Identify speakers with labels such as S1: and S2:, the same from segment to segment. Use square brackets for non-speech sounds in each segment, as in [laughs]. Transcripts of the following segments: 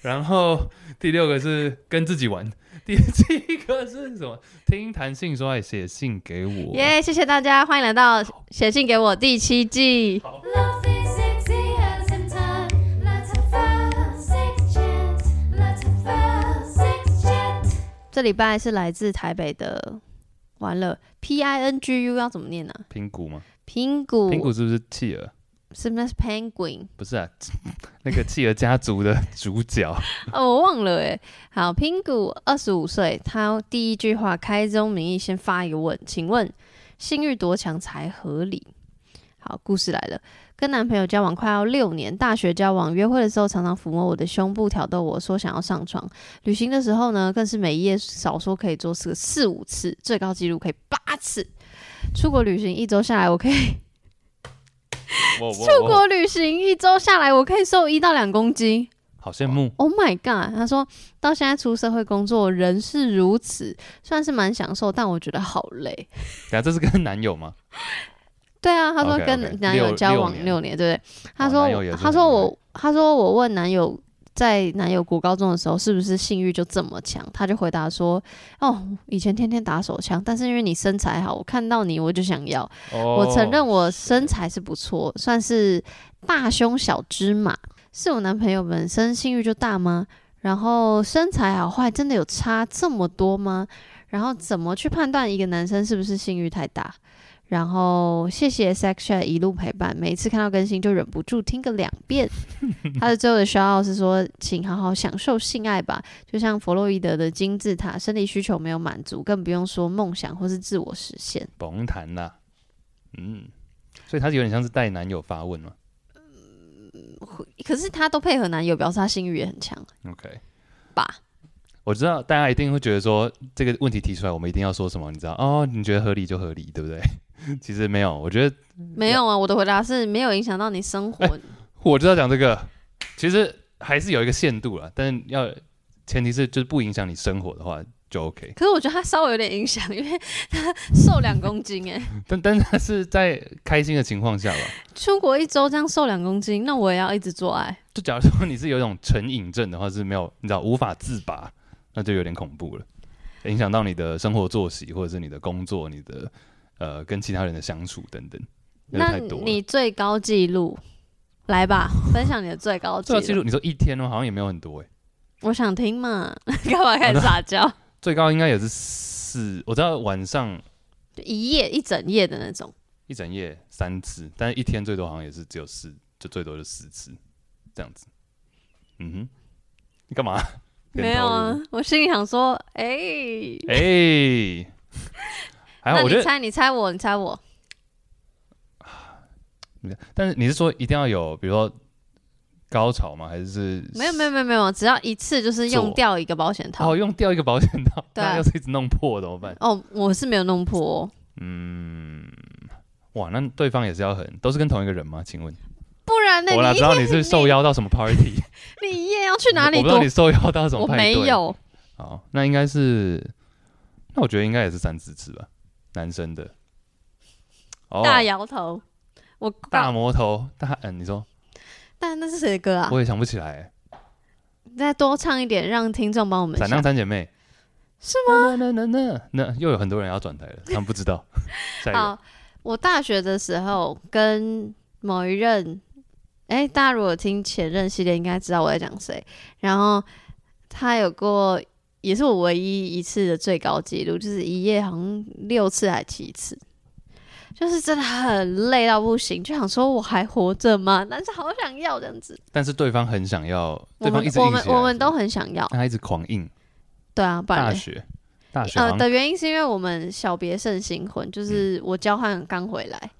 S1: 然后第六个是跟自己玩，第七个是什么？听弹性说爱写信给我。
S2: 耶、谢谢大家，欢迎来到《写信给我》第七季。
S3: Love is sexy as in time. Let's have fun, six chant. Let's have fun, six chant.
S2: 这礼拜是来自台北的，完了，P I N G U 要怎么念呢、啊？
S1: 评估吗？
S2: 平
S1: 评
S2: 谷
S1: 估是不是企鹅？
S2: 是不是 Penguin？
S1: 不是啊， [laughs] 那个企鹅家族的主角。
S2: [laughs] 哦，我忘了哎。好，平谷二十五岁，他第一句话开宗明义先发一个问，请问性欲多强才合理？好，故事来了。跟男朋友交往快要六年，大学交往，约会的时候常常抚摸我的胸部，挑逗我说想要上床。旅行的时候呢，更是每一夜少说可以做四四五次，最高纪录可以八次。出国旅行一周下来，我可以 [laughs]
S1: 我我
S2: 出国旅行一周下来，我可以瘦一到两公斤。
S1: 好羡慕，
S2: Oh my god！他说到现在出社会工作仍是如此，算是蛮享受，但我觉得好累。
S1: 等下这是跟男友吗？
S2: 对啊，他说
S1: OK，OK，
S2: 跟男友
S1: 六
S2: 交往
S1: 六年哦
S2: 六年，对不对？他说
S1: 男友也是
S2: 他说我他说我问男友在男友国高中的时候是不是性欲就这么强，他就回答说哦，以前天天打手枪，但是因为你身材好，我看到你我就想要。
S1: 哦
S2: 我承认我身材是不错，算是大胸小芝麻，是我男朋友本身性欲就大吗？然后身材好坏真的有差这么多吗？然后怎么去判断一个男生是不是性欲太大？然后谢谢 Sex Chat 一路陪伴，每一次看到更新就忍不住听个两遍。他的最后的 shout out 是说，请好好享受性爱吧，就像弗洛伊德的金字塔，生理需求没有满足，更不用说梦想或是自我实现。
S1: 甭谈啦，嗯，所以他有点像是带男友发问嘛。
S2: 可是她都配合男友，表示她性欲也很强
S1: OK，
S2: 吧？
S1: 我知道大家一定会觉得说这个问题提出来，我们一定要说什么，你知道哦？你觉得合理就合理，对不 [laughs] 对？其实没有，我觉得
S2: 没有啊，我的回答是没有影响到你生活。
S1: 哎我知道讲这个，其实还是有一个限度啦，但是要前提是就是不影响你生活的话就 OK。
S2: 可是我觉得她稍微有点影响，因为她瘦两公斤哎、
S1: [laughs] 但但是是在开心的情况下吧。
S2: 出国一周这样瘦两公斤，那我也要一直做爱。
S1: 就假如说你是有一种成瘾症的话，是没有你知道无法自拔，那就有点恐怖了，影响到你的生活作息，或者是你的工作、你的呃跟其他人的相处等等，有点
S2: 那
S1: 太多
S2: 你
S1: 了。
S2: 最高纪录，来吧，分享你的最高纪
S1: 最
S2: 录。
S1: 高记录，你说一天哦，好像也没有很多诶，
S2: 我想听嘛， [laughs] 干嘛开始撒娇？
S1: 最高应该也是四，我知道晚上
S2: 就一夜一整夜的那种。
S1: 一整夜三次，但是一天最多好像也是只有四，就最多就四次这样子。嗯哼，你干嘛？
S2: 没有啊
S1: 点头如，
S2: 我心里想说，哎、
S1: 哎、
S2: [laughs]
S1: 还好，
S2: 那
S1: 哎我
S2: 你
S1: 觉得
S2: 猜，你猜我，你猜我，
S1: 但是你是说一定要有，比如说高潮吗？还是哦是
S2: 没有没有没有没有，只要一次就是用
S1: 做
S2: 掉一个保险套
S1: 哦，。用掉一个保险
S2: [laughs]
S1: 套，
S2: 对啊
S1: 那要是一直弄破怎么办？
S2: 哦，我是没有弄破、哦，
S1: 嗯，哇，那对方也是要很，都是跟同一个人吗？请问，
S2: 不然呢？
S1: 我哪
S2: 你
S1: 知道你是受邀
S2: [laughs]
S1: 到什么 party？
S2: 你一夜要去哪里
S1: 我不知道
S2: 躲
S1: 你？受邀到什么
S2: 我
S1: 派
S2: 没
S1: 对。。
S2: 有，
S1: 好，那应该是，那我觉得应该也是三四次吧，男生的。哦，
S2: 大摇头。我
S1: 大魔头，大嗯，你说，
S2: 但那是谁的歌啊？
S1: 我也想不起来。
S2: 再多唱一点，让听众帮我们
S1: 闪
S2: 想
S1: 亮三姐妹
S2: 是
S1: 吗？那那那那那又有很多人要转台了，他们不知道。下一个。
S2: 好，我大学的时候跟某一任，哎、大家如果听前任系列，应该知道我在讲谁。然后他有过，也是我唯一一次的最高纪录，就是一夜好像六次还七次，就是真的很累到不行，就想说我还活着吗？但是好想要这样子。
S1: 但是对方很想要，
S2: 我
S1: 对方
S2: 们
S1: 一直
S2: 我
S1: 硬
S2: 们
S1: 起来
S2: 我们都很想要，
S1: 但他一直狂硬。
S2: 对啊，不然
S1: 大
S2: 嘞
S1: 学，大学好
S2: 呃
S1: 像
S2: 的原因是因为我们小别胜新婚，
S1: 嗯
S2: 就是我交换刚回来，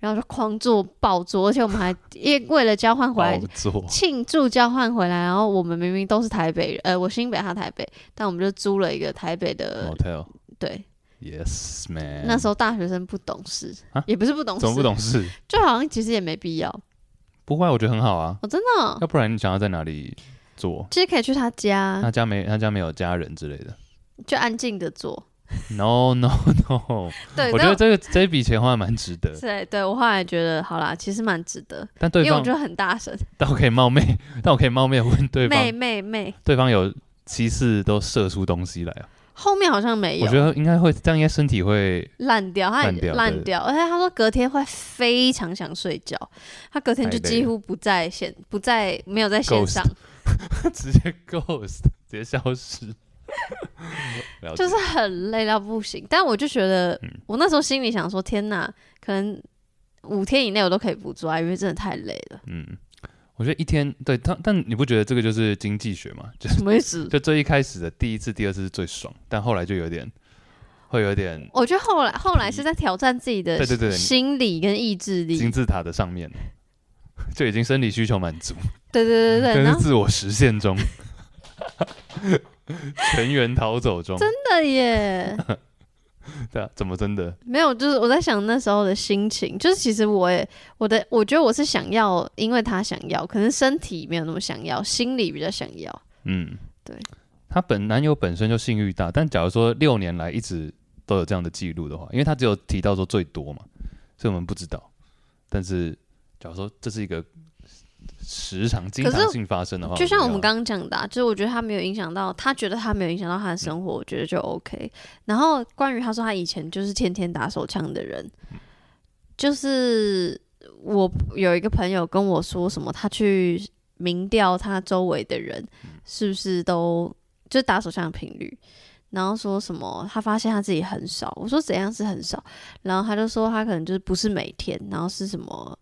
S2: 然后就狂做爆桌，而且我们还因为为了交换回来
S1: 好做，
S2: 庆祝交换回来，然后我们明明
S1: 哦
S2: 都是台北人，呃，我新北他台北，但我们就租了一个台北的
S1: motel
S2: 对
S1: Yes, man。
S2: 那时候大学生不懂事，
S1: 嗯啊
S2: 也不是不懂事，
S1: 怎么不，懂事？
S2: 就好像其实也没必要。
S1: 不会啊，我觉得很好啊。
S2: 我、真的哦、
S1: 要不然你想要在哪里做？
S2: 其实可以去他家，
S1: 他家没他家没有家人之类的。
S2: 就安静的
S1: [laughs]
S2: 做。
S1: No no no，
S2: 对，
S1: 我觉
S2: 但
S1: 得这个这笔钱花得蛮值得，
S2: 对对，我后来觉得好啦，其实蛮值得，
S1: 但
S2: 因
S1: 对
S2: 为我
S1: 方
S2: 觉得很大声，
S1: 但我可以冒昧，但我可以冒昧问对
S2: 妹
S1: 方，
S2: 妹妹，
S1: 对方有七次都射出东西来啊？
S2: 后面好像没
S1: 我觉
S2: 有
S1: 得应该会，这样应该身体
S2: [laughs]
S1: 会
S2: 烂掉，他
S1: 烂掉对
S2: 烂掉，而且他说隔天会非常想睡觉，他隔天就
S1: 太累
S2: 几乎不在线，不在没有在线
S1: Ghost
S2: 上，
S1: 直接 ghost，直接消
S2: [laughs]
S1: 失。了解
S2: 就是很累到不行。但我就觉得，
S1: 嗯
S2: 我那时候心里想说，天哪，可能五天以内我都可以不抓，因为真的太累
S1: [laughs]
S2: 了。
S1: 嗯，我觉得一天对，但但你不觉得这个就是经济学吗？就是
S2: 什么意思？
S1: 就最一开始的第一次、第二次是最爽，但后来就有点会有点
S2: 我觉得后来后来是在挑战自己的
S1: 嗯对对对
S2: 心理跟意志力，
S1: 金字塔的上面，就已经生理需求满足，
S2: 对对对
S1: [laughs]
S2: 对对。
S1: 但
S2: 然
S1: 是
S2: 后
S1: 自我实
S2: [laughs]
S1: 现中，全员逃走中，
S2: 真的耶，
S1: 对啊，怎么真的？
S2: 没有，就是我在想那时候的心情，就是其实我也我的我觉得我是想要，因为他想要，可能身体没有那么想要，心里比较想要。
S1: 嗯，
S2: 对。
S1: 她本男友本身就性欲大，但假如说六年来一直都有这样的记录的话，因为他只有提到说最多嘛，所以我们不知道。但是假如说这是一个时常经常性发生的话，
S2: 就像我们
S1: 要
S2: 刚刚讲的、啊，就是我觉得他没有影响到，他觉得他没有影响到他的
S1: 嗯
S2: 生活，我觉得就 OK。然后关于他说他以前就是天天打手枪的人，
S1: 嗯
S2: 就是我有一个朋友跟我说什么，他去民调他周围的人
S1: 嗯
S2: 是不是都就是打手枪的频率。然后说什么？他发现他自己很少。我说怎样是很少？然后他就说他可能就是不是每天，然后是什么？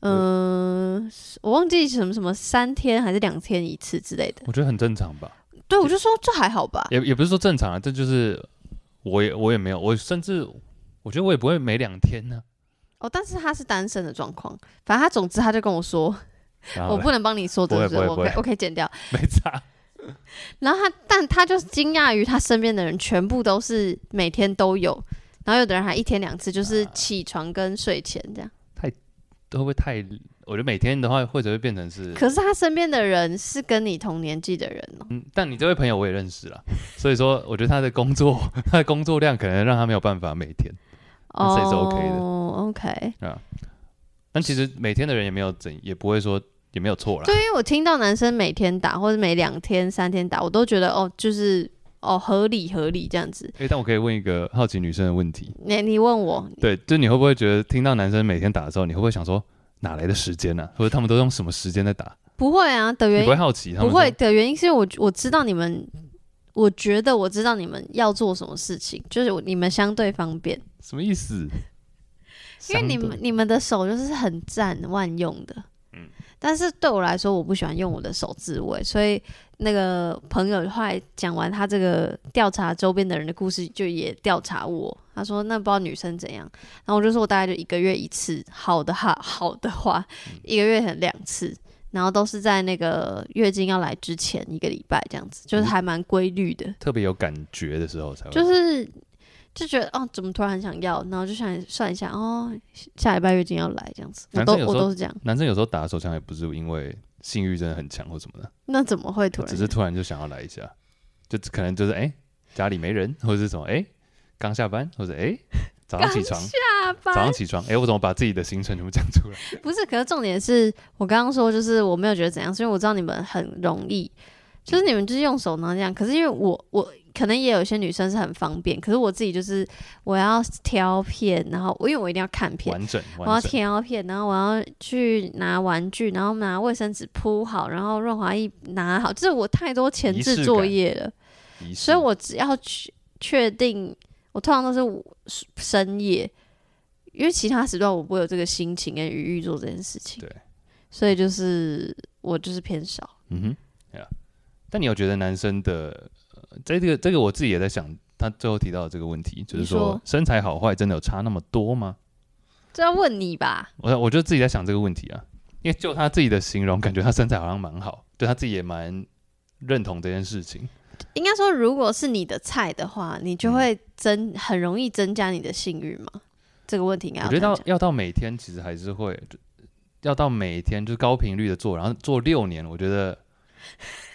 S1: 呃
S2: 嗯、我忘记什么什么三天还是两天一次之类的。
S1: 我觉得很正常吧，
S2: 对，我就说这还好吧。
S1: 也也不是说正常啊，这就是我也我也没有，我甚至我觉得我也不会每两天呢、
S2: 哦，但是他是单身的状况，反正他总之他就跟我说，
S1: [laughs] 然后
S2: 我不能帮你说
S1: 不
S2: 这
S1: 会啊
S2: 个，
S1: 不会
S2: 我
S1: 不
S2: 可
S1: 会
S2: 以我可以剪掉。
S1: 没差，
S2: 然后他，但他就是惊讶于他身边的人全部都是每天都有，然后有的人还一天两次，
S1: 啊
S2: 就是起床跟睡前这样。
S1: 会不会太？我觉得每天的话，或者会变成是
S2: 可是他身边的人是跟你同年纪的人哦、
S1: 嗯，但你这位朋友我也认识了，所以说我觉得他的工作， [laughs] 他的工作量可能让他没有办法每天。那谁是 OK 的
S2: 哦，OK
S1: 但其实每天的人也没有怎，也不会说也没有错啦。
S2: 对，因为我听到男生每天打或者每两天、三天打，我都觉得哦，就是哦合理合理这样子。
S1: 诶，但我可以问一个好奇女生的问题，
S2: 你你问我，
S1: 对，就你会不会觉得听到男生每天打的时候，你会不会想说哪来的时间呢、或者他们都用什么时间在打？
S2: 不会啊的
S1: 你
S2: 原
S1: 不会
S2: 因
S1: 好奇他
S2: 不
S1: 们？
S2: 会，的原因是因为我我知道你们，我觉得我知道你们要做什么事情，就是我你们相对方便，
S1: 什么意思？
S2: 因为你
S1: 相
S2: 们
S1: 对
S2: 你们的手就是很占万用的。但是对我来说，我不喜欢用我的手自慰，所以那个朋友后来讲完他这个调查周边的人的故事，就也调查我。他说那不知道女生怎样，然后我就说我大概就一个月一次，好的哈，好的话一个月可能两次，然后都是在那个月经要来之前一个礼拜这样子，就是还蛮规律的。
S1: 特别有感觉的时候才会，
S2: 就是就觉得哦，怎么突然很想要，然后就想算一下，哦，下礼拜月经要来这样子，我
S1: 男
S2: 都
S1: 生有
S2: 我
S1: 时候
S2: 都是这样，
S1: 男生有时候打手枪也不是因为性欲真的很强或什么的，
S2: 那怎么会突然
S1: 只？是突然就想要来一下，就可能就是哎、家里没人，或者是什么哎，刚、下班，或者哎、早上起床，
S2: 下
S1: 早
S2: 班
S1: 上起床，哎、我怎么把自己的行程全部讲出来？
S2: 啊不是，可是重点是我刚刚说，就是我没有觉得怎样，是因为我知道你们很容易，就是你们就是用手拿这样。可是因为我我可能也有一些女生是很方便，可是我自己就是我要挑片，然后因为我一定要看片，
S1: 完整，
S2: 我要
S1: 完整，
S2: 挑片，然后我要去拿玩具，然后拿卫生纸铺好，然后润滑液拿好，这是我太多前
S1: 仪式
S2: 置
S1: 感
S2: 作业了，
S1: 仪式
S2: 所以我只要确确定，我通常都是午深夜，因为其他时段我不会有这个心情跟余裕做这件事情。
S1: 对，
S2: 所以就是我就是偏少。
S1: 嗯哼，对啊。但你有觉得男生的、呃、这个这个我自己也在想，他最后提到的这个问题，就是
S2: 你说
S1: 说身材好坏真的有差那么多吗？
S2: 这要问你吧，
S1: 我我就自己在想这个问题啊，因为就他自己的形容，感觉他身材好像蛮好，对他自己也蛮认同这件事情。
S2: 应该说，如果是你的菜的话，你
S1: 嗯
S2: 就会增、很容易增加你的性欲吗？这个问题应该
S1: 我
S2: 要
S1: 觉得
S2: 这样
S1: 到要到每天其实还是会，就要到每天就是高频率的做，然后做六年，我觉
S2: [laughs]
S1: 得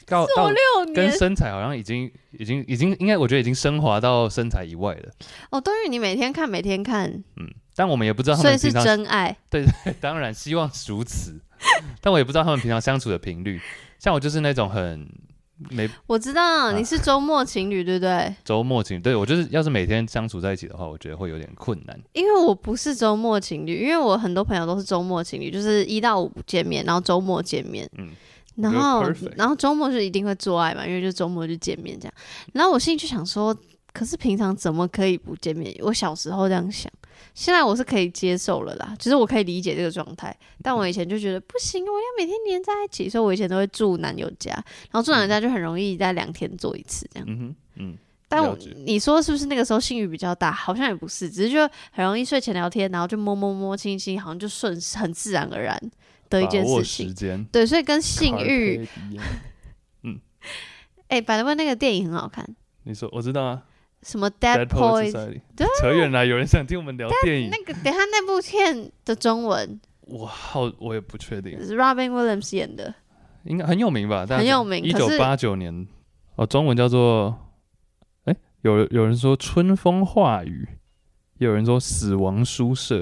S1: 到
S2: 讲
S1: 到
S2: 做六
S1: 跟
S2: 年
S1: 身材好像已经已经已经应该我觉得已经升华到身材以外了。
S2: 哦，对于你每天看每天看，
S1: 嗯，但我们也不知道他
S2: 所以
S1: 们
S2: 是
S1: 平常
S2: 真爱。
S1: [laughs] 当然希望如此， [laughs] 但我也不知道他们平常相处的频率。像我就是那种很每
S2: 我知道
S1: 啊
S2: 你是周末情侣，对不对？
S1: 周末情侣，对我就是要是每天相处在一起的话，我觉得会有点困难。
S2: 因为我不是周末情侣，因为我很多朋友都是周末情侣，就是一到五见面，然后周末见面，
S1: 嗯
S2: 然
S1: 我
S2: 后
S1: 觉得 perfect
S2: 然后周末就一定会做爱嘛，因为就周末就见面这样。然后我心里就想说，可是平常怎么可以不见面？我小时候这样想，现在我是可以接受了啦，就是我可以理解这个状态。但我以前就觉得不行，我要每天黏在一起，所以我以前都会住男友家，然后住男友家就很容易在两天做一次这样。
S1: 嗯哼，嗯，
S2: 但
S1: 了
S2: 我
S1: 解
S2: 你说是不是那个时候性欲比较大？好像也不是，只是就很容易睡前聊天，然后就摸摸摸、亲一亲，好像就顺很自然而然的一件
S1: 把握
S2: 事
S1: 时
S2: 情。
S1: 间，
S2: 对，所以跟性欲，
S1: Carpe diem。
S2: 哎，百乐那个电影很好看，
S1: 你说我知道啊
S2: 什么
S1: ，Dead
S2: Dead Poets，
S1: Poets Society
S2: 对。
S1: 扯远了，有人想听我们聊电影
S2: 那，个等一下那部片的中文
S1: 我好我也不确定，
S2: 是 Robin Williams 演的，
S1: 应该很有名吧？
S2: 很有名
S1: 一
S2: 可
S1: 九
S2: 是
S1: 八九年，哦，中文叫做，哎、有有人说《春风化雨》，也有人说《死亡书社》，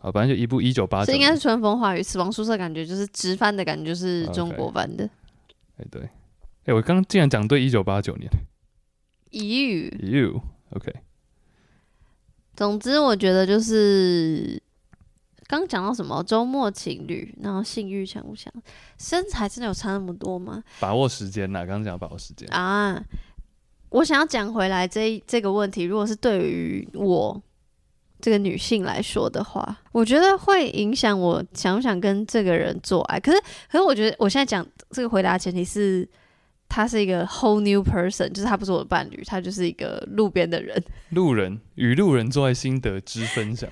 S1: 啊，反正就一部一九八九
S2: 这应该
S1: 年
S2: 是，《春风化雨》。死亡宿舍感觉就是直翻的感觉，就是中
S1: 啊 OK
S2: 国版的《
S1: 哎、对，哎、我刚竟然讲对一九八九年
S2: 疑语》。
S1: ，You OK，
S2: 总之，我觉得就是刚讲到什么周末情侣，然后性欲强不强，身材真的有差那么多吗？
S1: 把握时间啦，刚刚讲把握时间，
S2: 啊，我想要讲回来这一这个问题，如果是对于我这个女性来说的话，我觉得会影响我想不想跟这个人做爱。可是，可是我觉得我现在讲这个回答前提是。他是一个 whole new person，就是他不是我的伴侣，他就是一个路边的人。
S1: 路人与路人做爱心得之分享，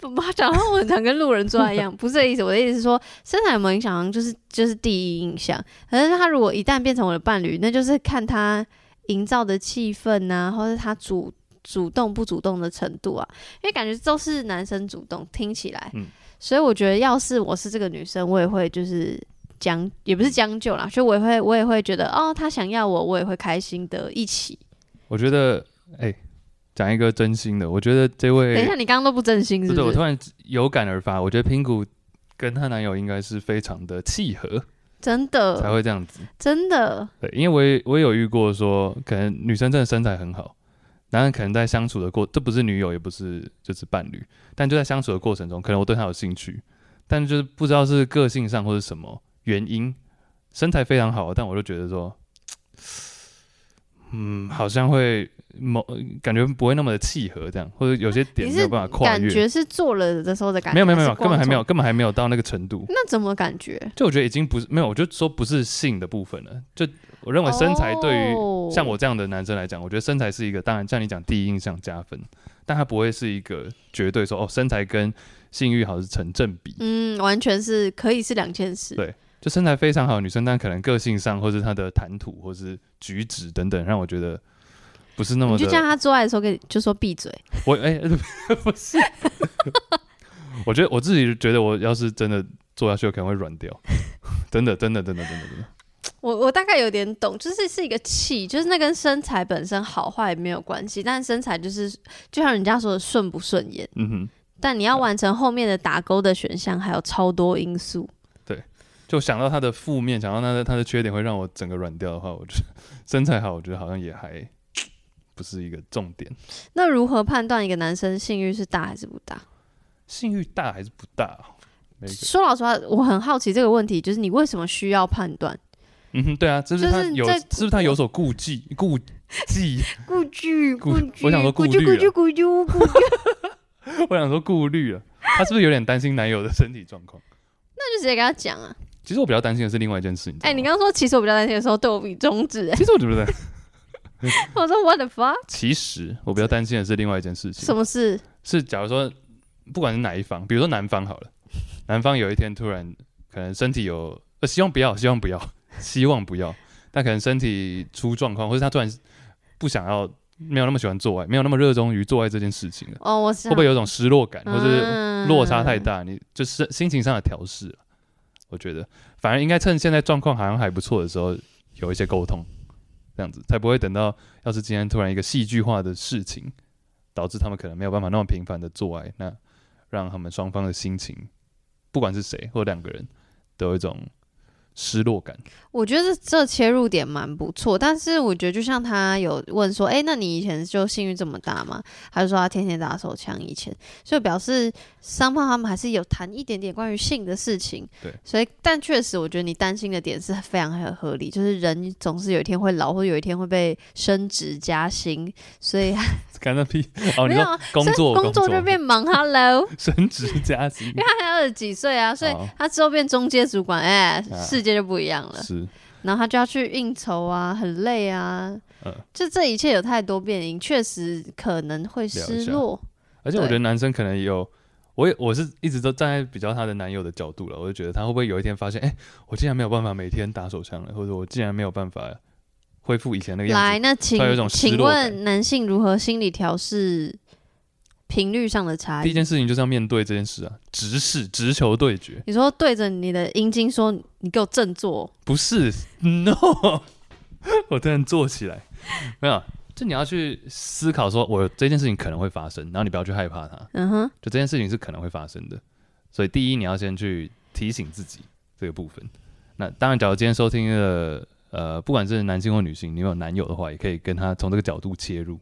S2: 不不，讲话我很常跟路人做爱一
S1: [laughs]
S2: 样，不是这意思。我的意思是说，身材有没有影响，就是就是第一印象。可是他如果一旦变成我的伴侣，那就是看他营造的气氛呐、或者他主主动不主动的程度啊。因为感觉都是男生主动，听起来，
S1: 嗯
S2: 所以我觉得要是我是这个女生，我也会就是将也不是将就啦，就我也会我也会觉得哦，他想要我，我也会开心的一起。
S1: 我觉得，哎、讲一个真心的，我觉得这位
S2: 等一下，你刚刚都不真心是
S1: 不是，
S2: 不
S1: 我
S2: 是
S1: 突？然有感而发，我觉得平谷跟她男友应该是非常的契合，
S2: 真
S1: 才
S2: 的，
S1: 会这样子。
S2: 真的，
S1: 对，因为我也我也有遇过说，可能女生真的身材很好，男人可能在相处的过，这不是女友，也不是就是伴侣，但就在相处的过程中，可能我对她有兴趣，但就是不知道是个性上或是什么原因，身材非常好，但我就觉得说，嗯，好像会某感觉不会那么的契合，这样，或者有些点
S2: 你
S1: 没
S2: 是
S1: 有办法跨
S2: 感
S1: 越。
S2: 觉是做了的时候的感觉，
S1: 没有没有没有，
S2: 还是
S1: 根本还没有，
S2: 逛
S1: 根本还没有到那个程度
S2: [laughs] 走。。那怎么感觉？
S1: 就我觉得已经不是没有，我就说不是性的部分了。就我认为身材对于
S2: 哦
S1: 像我这样的男生来讲，我觉得身材是一个，当然像你讲第一印象加分，但它不会是一个绝对说哦，身材跟性欲好是成正比。
S2: 嗯，完全是可以是两件事。
S1: 对就身材非常好的女生，但可能个性上或是她的谈吐或是举止等等，让我觉得不是那么
S2: 你就叫
S1: 的。
S2: 他做爱的时候跟你就说闭嘴，
S1: 我哎、 [laughs] 不
S2: [laughs]
S1: 是，我觉得我自己觉得我要是真的做下去，我可能会软掉。真的，真的，真的，真的，真的。
S2: 我我大概有点懂，就是是一个气，就是那跟身材本身好坏没有关系，但身材就是就像人家说的顺不顺眼，
S1: 嗯哼。
S2: 但你要完成后面的打勾的选项，还有超多因素。
S1: 就想到他的负面，想到他的他的缺点会让我整个软掉的话，我觉得身材好，我觉得好像也还不是一个重点。
S2: 那如何判断一个男生性欲是大还是不大？
S1: 性欲大还是不大、哦？每个，
S2: 说老实话，我很好奇这个问题，就是你为什么需要判断？
S1: 嗯哼，对啊，是不是
S2: 就
S1: 他
S2: 是
S1: 有？
S2: 在啊
S1: 是不是他有所顾忌？顾忌？
S2: 顾忌， [laughs]
S1: 顾
S2: 顾忌，
S1: 我想说
S2: 顾
S1: 顾
S2: 忌，顾
S1: 虑
S2: 忌，
S1: 啊
S2: 顾忌，顾忌，
S1: 我想说顾虑啊，他是不是有点担心男友的身体状况？
S2: 那就直接跟他讲啊。
S1: 其实我比较担心的是另外一件事
S2: 哎、
S1: 情。知道吗
S2: 你刚刚说其实我比较担心的时候，对我比中指、 [laughs] 哎，
S1: 其实我觉得，
S2: 我说 what the fuck，
S1: 其实我比较担心的是另外一件事情
S2: 什。么事？
S1: 是假如说不管是哪一方，比如说男方好了，男方有一天突然可能身体有，呃，希望不要，希望不要，希望不要，但可能身体出状况，或是他突然不想要，没有那么喜欢做爱，没有那么热衷于做爱这件事情了，
S2: 哦，我知
S1: 会
S2: 道
S1: 不会有一种失落感，或是
S2: 嗯
S1: 落差太大？你就是心情上的调试啊我觉得反而应该趁现在状况好像还不错的时候，有一些沟通，这样子才不会等到要是今天突然一个戏剧化的事情，导致他们可能没有办法那么频繁的做爱，那让他们双方的心情，不管是谁或两个人，都有一种失落感。
S2: 我觉得这切入点蛮不错，但是我觉得就像他有问说，哎、那你以前就性欲这么大吗？他就说他天天打手枪以前，所以表示三炮他们还是有谈一点点关于性的事情。
S1: 对，
S2: 所以但确实我觉得你担心的点是非常很合理，就是人总是有一天会老，或者有一天会被升职加薪，所以
S1: 干那屁哦！你
S2: 没有
S1: 说
S2: 啊 [laughs]
S1: 工作
S2: 工作就变忙 hello。
S1: 升职加薪
S2: 因为他才二十几岁啊，所以
S1: 哦
S2: 他之后变中阶主管，哎、
S1: 啊
S2: 世界就不一样了。
S1: 是
S2: 然后他就要去应酬啊，很累啊，
S1: 嗯
S2: 就这一切有太多变因，确实可能会失落。
S1: 而且我
S2: 对
S1: 觉得男生可能也有，我也我是一直都站在比较她的男友的角度了，我就觉得他会不会有一天发现，哎、我竟然没有办法每天打手枪了，或者我竟然没有办法恢复以前那个样
S2: 来，
S1: 子。
S2: 那请
S1: 突然有一种失
S2: 请
S1: 落感
S2: 问男性如何心理调试频率上的差
S1: 第一
S2: 异？
S1: 件事情就是要面对这件事啊，直视直球对决，
S2: 你说对着你的阴茎说：“你给我振作
S1: 不是 no，我突然坐起来，没有，就你要去思考说，我这件事情可能会发生，然后你不要去害怕它。！”
S2: 嗯哼，
S1: 就这件事情是可能会发生的，所以第一你要先去提醒自己这个部分。那当然，假如今天收听的呃，不管是男性或女性，你有男友的话，也可以跟他从这个角度切入。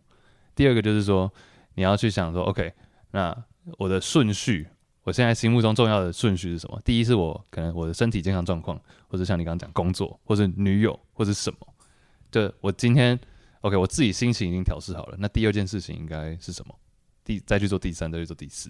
S1: 第二个就是说，你要去想说，OK，那我的顺序，我现在心目中重要的顺序是什么？第一是我可能我的身体健康状况，或者像你刚刚讲工作，或者女友，或者什么。就我今天 OK，我自己心情已经调试好了，那第二件事情应该是什么？第再去做第三，再去做第四。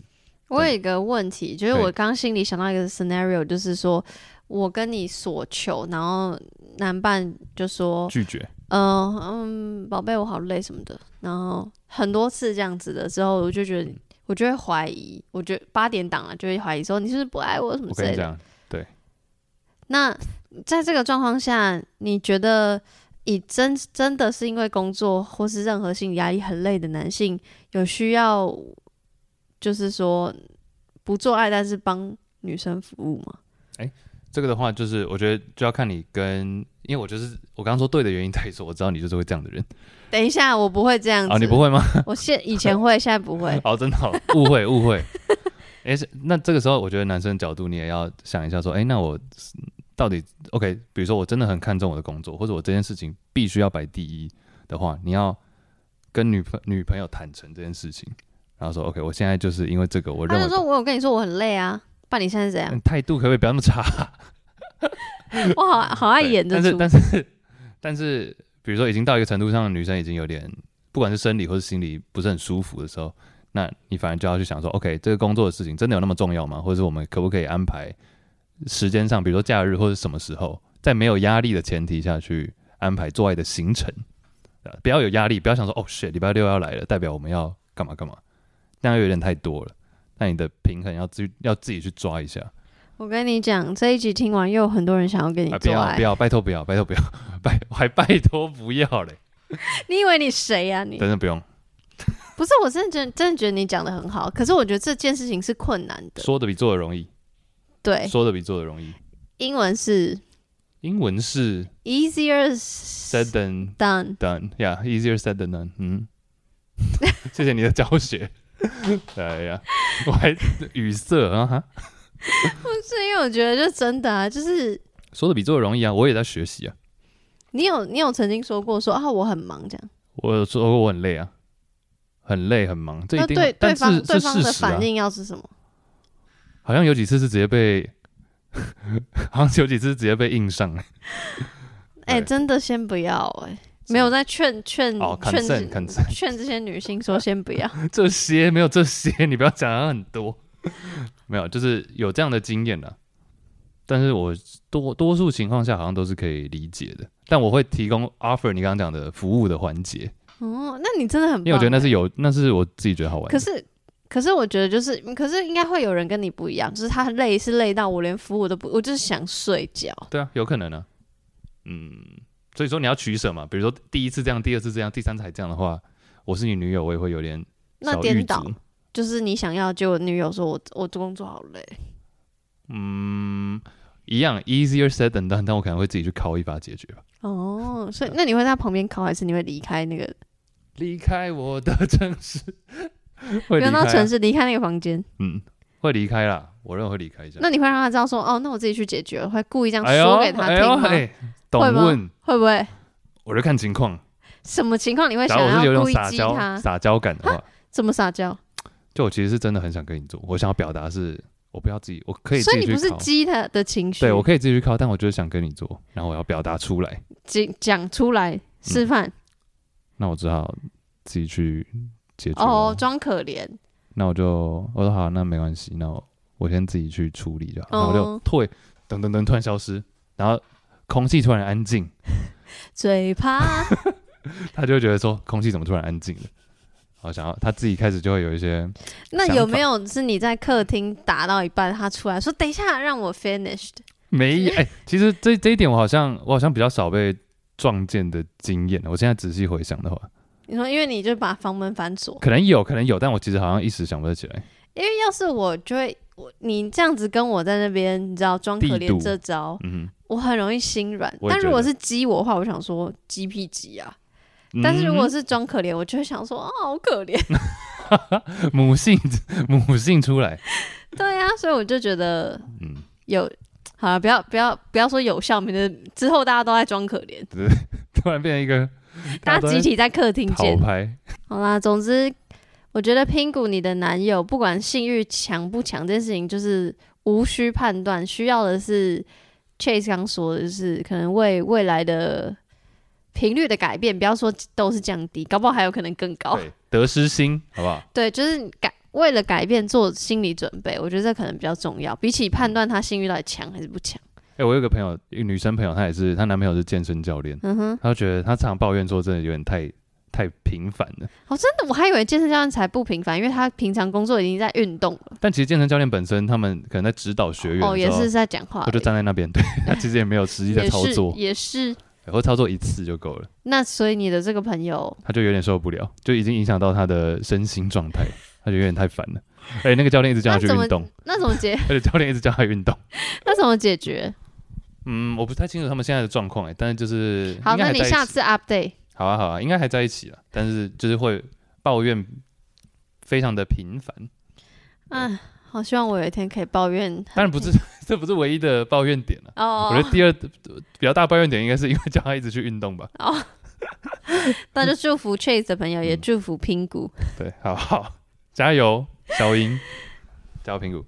S2: 我有一个问题，就是我刚心里想到一个 scenario，就是说我跟你所求，然后男伴就说：“
S1: 拒绝，
S2: 嗯嗯，宝贝，我好累什么的。然后很多次这样子的之后，我就觉得，
S1: 嗯
S2: 我就会怀疑，我觉得八点档了就会怀疑说你是不是不爱我什么
S1: 我
S2: 之
S1: 跟
S2: 类
S1: 你
S2: 的。
S1: 讲，
S2: 那在这个状况下，你觉得以真真的是因为工作或是任何心理压力很累的男性，有需要就是说不做爱，但是帮女生服务吗？
S1: 这个的话，就是我觉得就要看你跟，因为我就是我刚刚说对的原因在于说，我知道你就是会这样的人
S2: 等一下，我不会这样子。
S1: 啊，你不？会吗？。
S2: 我现以前会，现在不会
S1: [laughs] 哦，真的哦、误会误会。哎、是那这个时候，我觉得男生角度你也要想一下，说，哎、那我到底 OK？比如说，我真的很看重我的工作，或者我这件事情必须要摆第一的话，你要跟女朋女朋友坦诚这件事情，然后说，OK，我现在就是因为这个，我认
S2: 他
S1: 为
S2: 就说：“我有跟你说我很累啊，爸，你现在是怎样？”
S1: 嗯态度可不可以不要那么差？
S2: [laughs] 我好好爱演这
S1: 但
S2: 出
S1: 是，但是 [laughs] 但是，比如说已经到一个程度上，女生已经有点不管是生理或是心理不是很舒服的时候，那你反而就要去想说，OK，这个工作的事情真的有那么重要吗？或者是我们可不可以安排时间上，比如说假日或者什么时候，在没有压力的前提下去安排做爱的行程，对吧不要有压力，不要想说哦，shit，礼拜六要来了，代表我们要干嘛干嘛，那样有点太多了。那你的平衡要自己要自己去抓一下。
S2: 我跟你讲，这一集听完又有很多人想要跟你
S1: 啊，不
S2: 做
S1: 要不
S2: 爱。
S1: 要，拜托不要，拜托不要， [laughs] 拜我还拜托不要嘞，
S2: 你以为你谁呀、你
S1: 真的不用，
S2: 不是，我真的觉得真的觉得你讲的很好，可是我觉得这件事情是困难的。
S1: 说的比做的容易，
S2: 对，
S1: 说的比做的容易。
S2: 英文是
S1: 英文是
S2: easier
S1: said than
S2: done。
S1: done，yeah，easier said than done。嗯，
S2: [laughs]
S1: 谢谢你的教学。 [laughs] 哎呀，我还语塞啊哈，
S2: 不是因为我觉得就真的啊，就是
S1: 说的比做的容易啊，我也在学习啊，
S2: 你有你有曾经说过说啊我很忙这样，
S1: 我有说过我很累啊，很累很忙，这一
S2: 那
S1: 定，啊
S2: 对对
S1: 但是
S2: 方对
S1: 是
S2: 方
S1: 事
S2: 的
S1: 实啊
S2: 反。应要是什么？
S1: 好像有几次是直接被， [laughs] 好像有几次是直接被硬上了。
S2: 哎、
S1: 对
S2: 真的先不要哎、没有在劝劝
S1: 哦
S2: 劝这
S1: consent，consent
S2: 劝这些女性说先不要。
S1: 这些没有这些， [laughs] 你不要讲它很多，没有，就是有这样的经验的。但是我多多数情况下好像都是可以理解的，但我会提供 offer 你刚刚讲的服务的环节，
S2: 哦，那你真的很棒、
S1: 因为我觉得那
S2: 哎
S1: 是有，那是我自己觉得好玩的。
S2: 可是，可是我觉得就是，可是应该会有人跟你不一样，就是他累是累到我连服务都不，我就是想睡觉。
S1: 对啊，有可能啊，嗯，所以说你要取舍嘛，比如说第一次这样，第二次这样，第三次还这样的话，我是你女友，我也会有点
S2: 那
S1: 小
S2: 颠
S1: 狱
S2: 倒
S1: 卒
S2: 就是你想要，结果女友说我我工作好累，
S1: 嗯，一样 easier said than done，但我可能会自己去敲一把解决吧。
S2: 哦，所以那你会在他旁边考，还是你会离开那个？
S1: 离开我的城市，会
S2: 不
S1: 离
S2: 用
S1: 开、
S2: 到城
S1: 啊，
S2: 市，离开那个房间。
S1: 嗯，会离开啦，我认为会离开一下。
S2: 那你会让他知道说，哦，那我自己去解决，会故意这样
S1: 哎呦，
S2: 说给他
S1: 哎
S2: 听
S1: 呦，
S2: 吗？
S1: 哎，懂
S2: 会吗
S1: 问，
S2: 会不会？
S1: 我就看情况。
S2: 什么情况你会
S1: 假
S2: 想
S1: 如我是有
S2: 要故
S1: 一种
S2: 意
S1: 撒
S2: 激
S1: 娇
S2: 他？
S1: 撒娇感的话，
S2: 这么撒娇？
S1: 就我其实是真的很想跟你做，我想要表达是我不要自己，我可以自
S2: 所以你
S1: 己去
S2: 不是
S1: 考。
S2: 激他的情绪，
S1: 对，我可以自己去考，但我就是想跟你做，然后我要表达出来，
S2: 讲讲出来示范、
S1: 那我只好自己去解决咯。
S2: 哦，装可怜， [laughs]
S1: 那我就我说好，那没关系，那我我先自己去处理就好。然后我就
S2: 哦
S1: 退，等等等，突然消失，然后空气突然安静，
S2: 嘴巴
S1: 他就会觉得说空气怎么突然安静了，好想要他自己开始就会有一些
S2: 那有没有是你在客厅打到一半，他出来说等一下让我 finished？
S1: 没哎、其实这这一点我好像我好像比较少被撞见的经验，啊我现在仔细回想的话，
S2: 你说因为你就把房门反锁，
S1: 可能有可能有，但我其实好像一时想不太起来。
S2: 因为要是我就会我你这样子跟我在那边，你知道装可
S1: 地
S2: 怜
S1: 堵
S2: 这招，
S1: 嗯
S2: 我很容易心软。
S1: 我也
S2: 但如果
S1: 觉
S2: 是激我的话，我想说激屁激啊。
S1: 哼，
S2: 但是如果
S1: 嗯
S2: 是装可怜，我就会想说哦，好可怜。 [laughs]
S1: 母性母性出来，
S2: 对啊，所以我就觉得
S1: 嗯，
S2: 有，好了，不要不要不要说有效，免得之后大家都在装可怜，
S1: 突然变成一个
S2: 大
S1: 都
S2: 家
S1: 在
S2: 集体在客厅
S1: 讨
S2: 见。
S1: 拍，
S2: 好啦，总之，我觉得评估你的男友，不管性欲强不强，这件事情就是无需判断，需要的是 Chase 刚说的，就是可能为未来的频率的改变，不要说都是降低，搞不好还有可能更高。
S1: 对，得失心，好不好？
S2: 对，就是改为了改变做心理准备，我觉得这可能比较重要，比起判断他性欲到底强还是不强。
S1: 哎、我有个朋友，一个女生朋友，她也是，她男朋友是健身教练，
S2: 嗯哼，
S1: 她觉得她常抱怨说，真的有点太太频繁了。
S2: 哦，真的，我还以为健身教练才不平凡，因为他平常工作已经在运动了，
S1: 但其实健身教练本身，他们可能在指导学员的时候，
S2: 哦，也是在讲话而已，
S1: 他就站在那边，对 [laughs] 他其实也没有实际在
S2: 也
S1: 操
S2: 是
S1: 作，
S2: 也是。
S1: 然后操作一次就够了，
S2: 那所以你的这个朋友，
S1: 他就有点受不了，就已经影响到他的身心状态， [laughs] 他就有点太烦了。哎、那个教练一直叫他去
S2: 那怎么
S1: 运动，
S2: 那怎么解？
S1: 而且教练一直叫他运动。
S2: [laughs] 那怎么解决？
S1: 嗯，我不太清楚他们现在的状况哎，但是就是
S2: 好，
S1: 应
S2: 那
S1: 该还
S2: 你
S1: 在一
S2: 下
S1: 起
S2: 次 update。
S1: 好啊好啊，应该还在一起了，但是就是会抱怨非常的频繁。
S2: 嗯，好，希望我有一天可以抱怨很。
S1: 当然不是， [laughs] 这不是唯一的抱怨点了、
S2: 哦
S1: 我觉，得第二比较大抱怨点应该是因为叫他一直去运动吧。
S2: 哦， [laughs] 那就祝福 Chase 的朋友，也
S1: 嗯
S2: 祝福拼谷。
S1: 对，好好加油，小英，加油评估。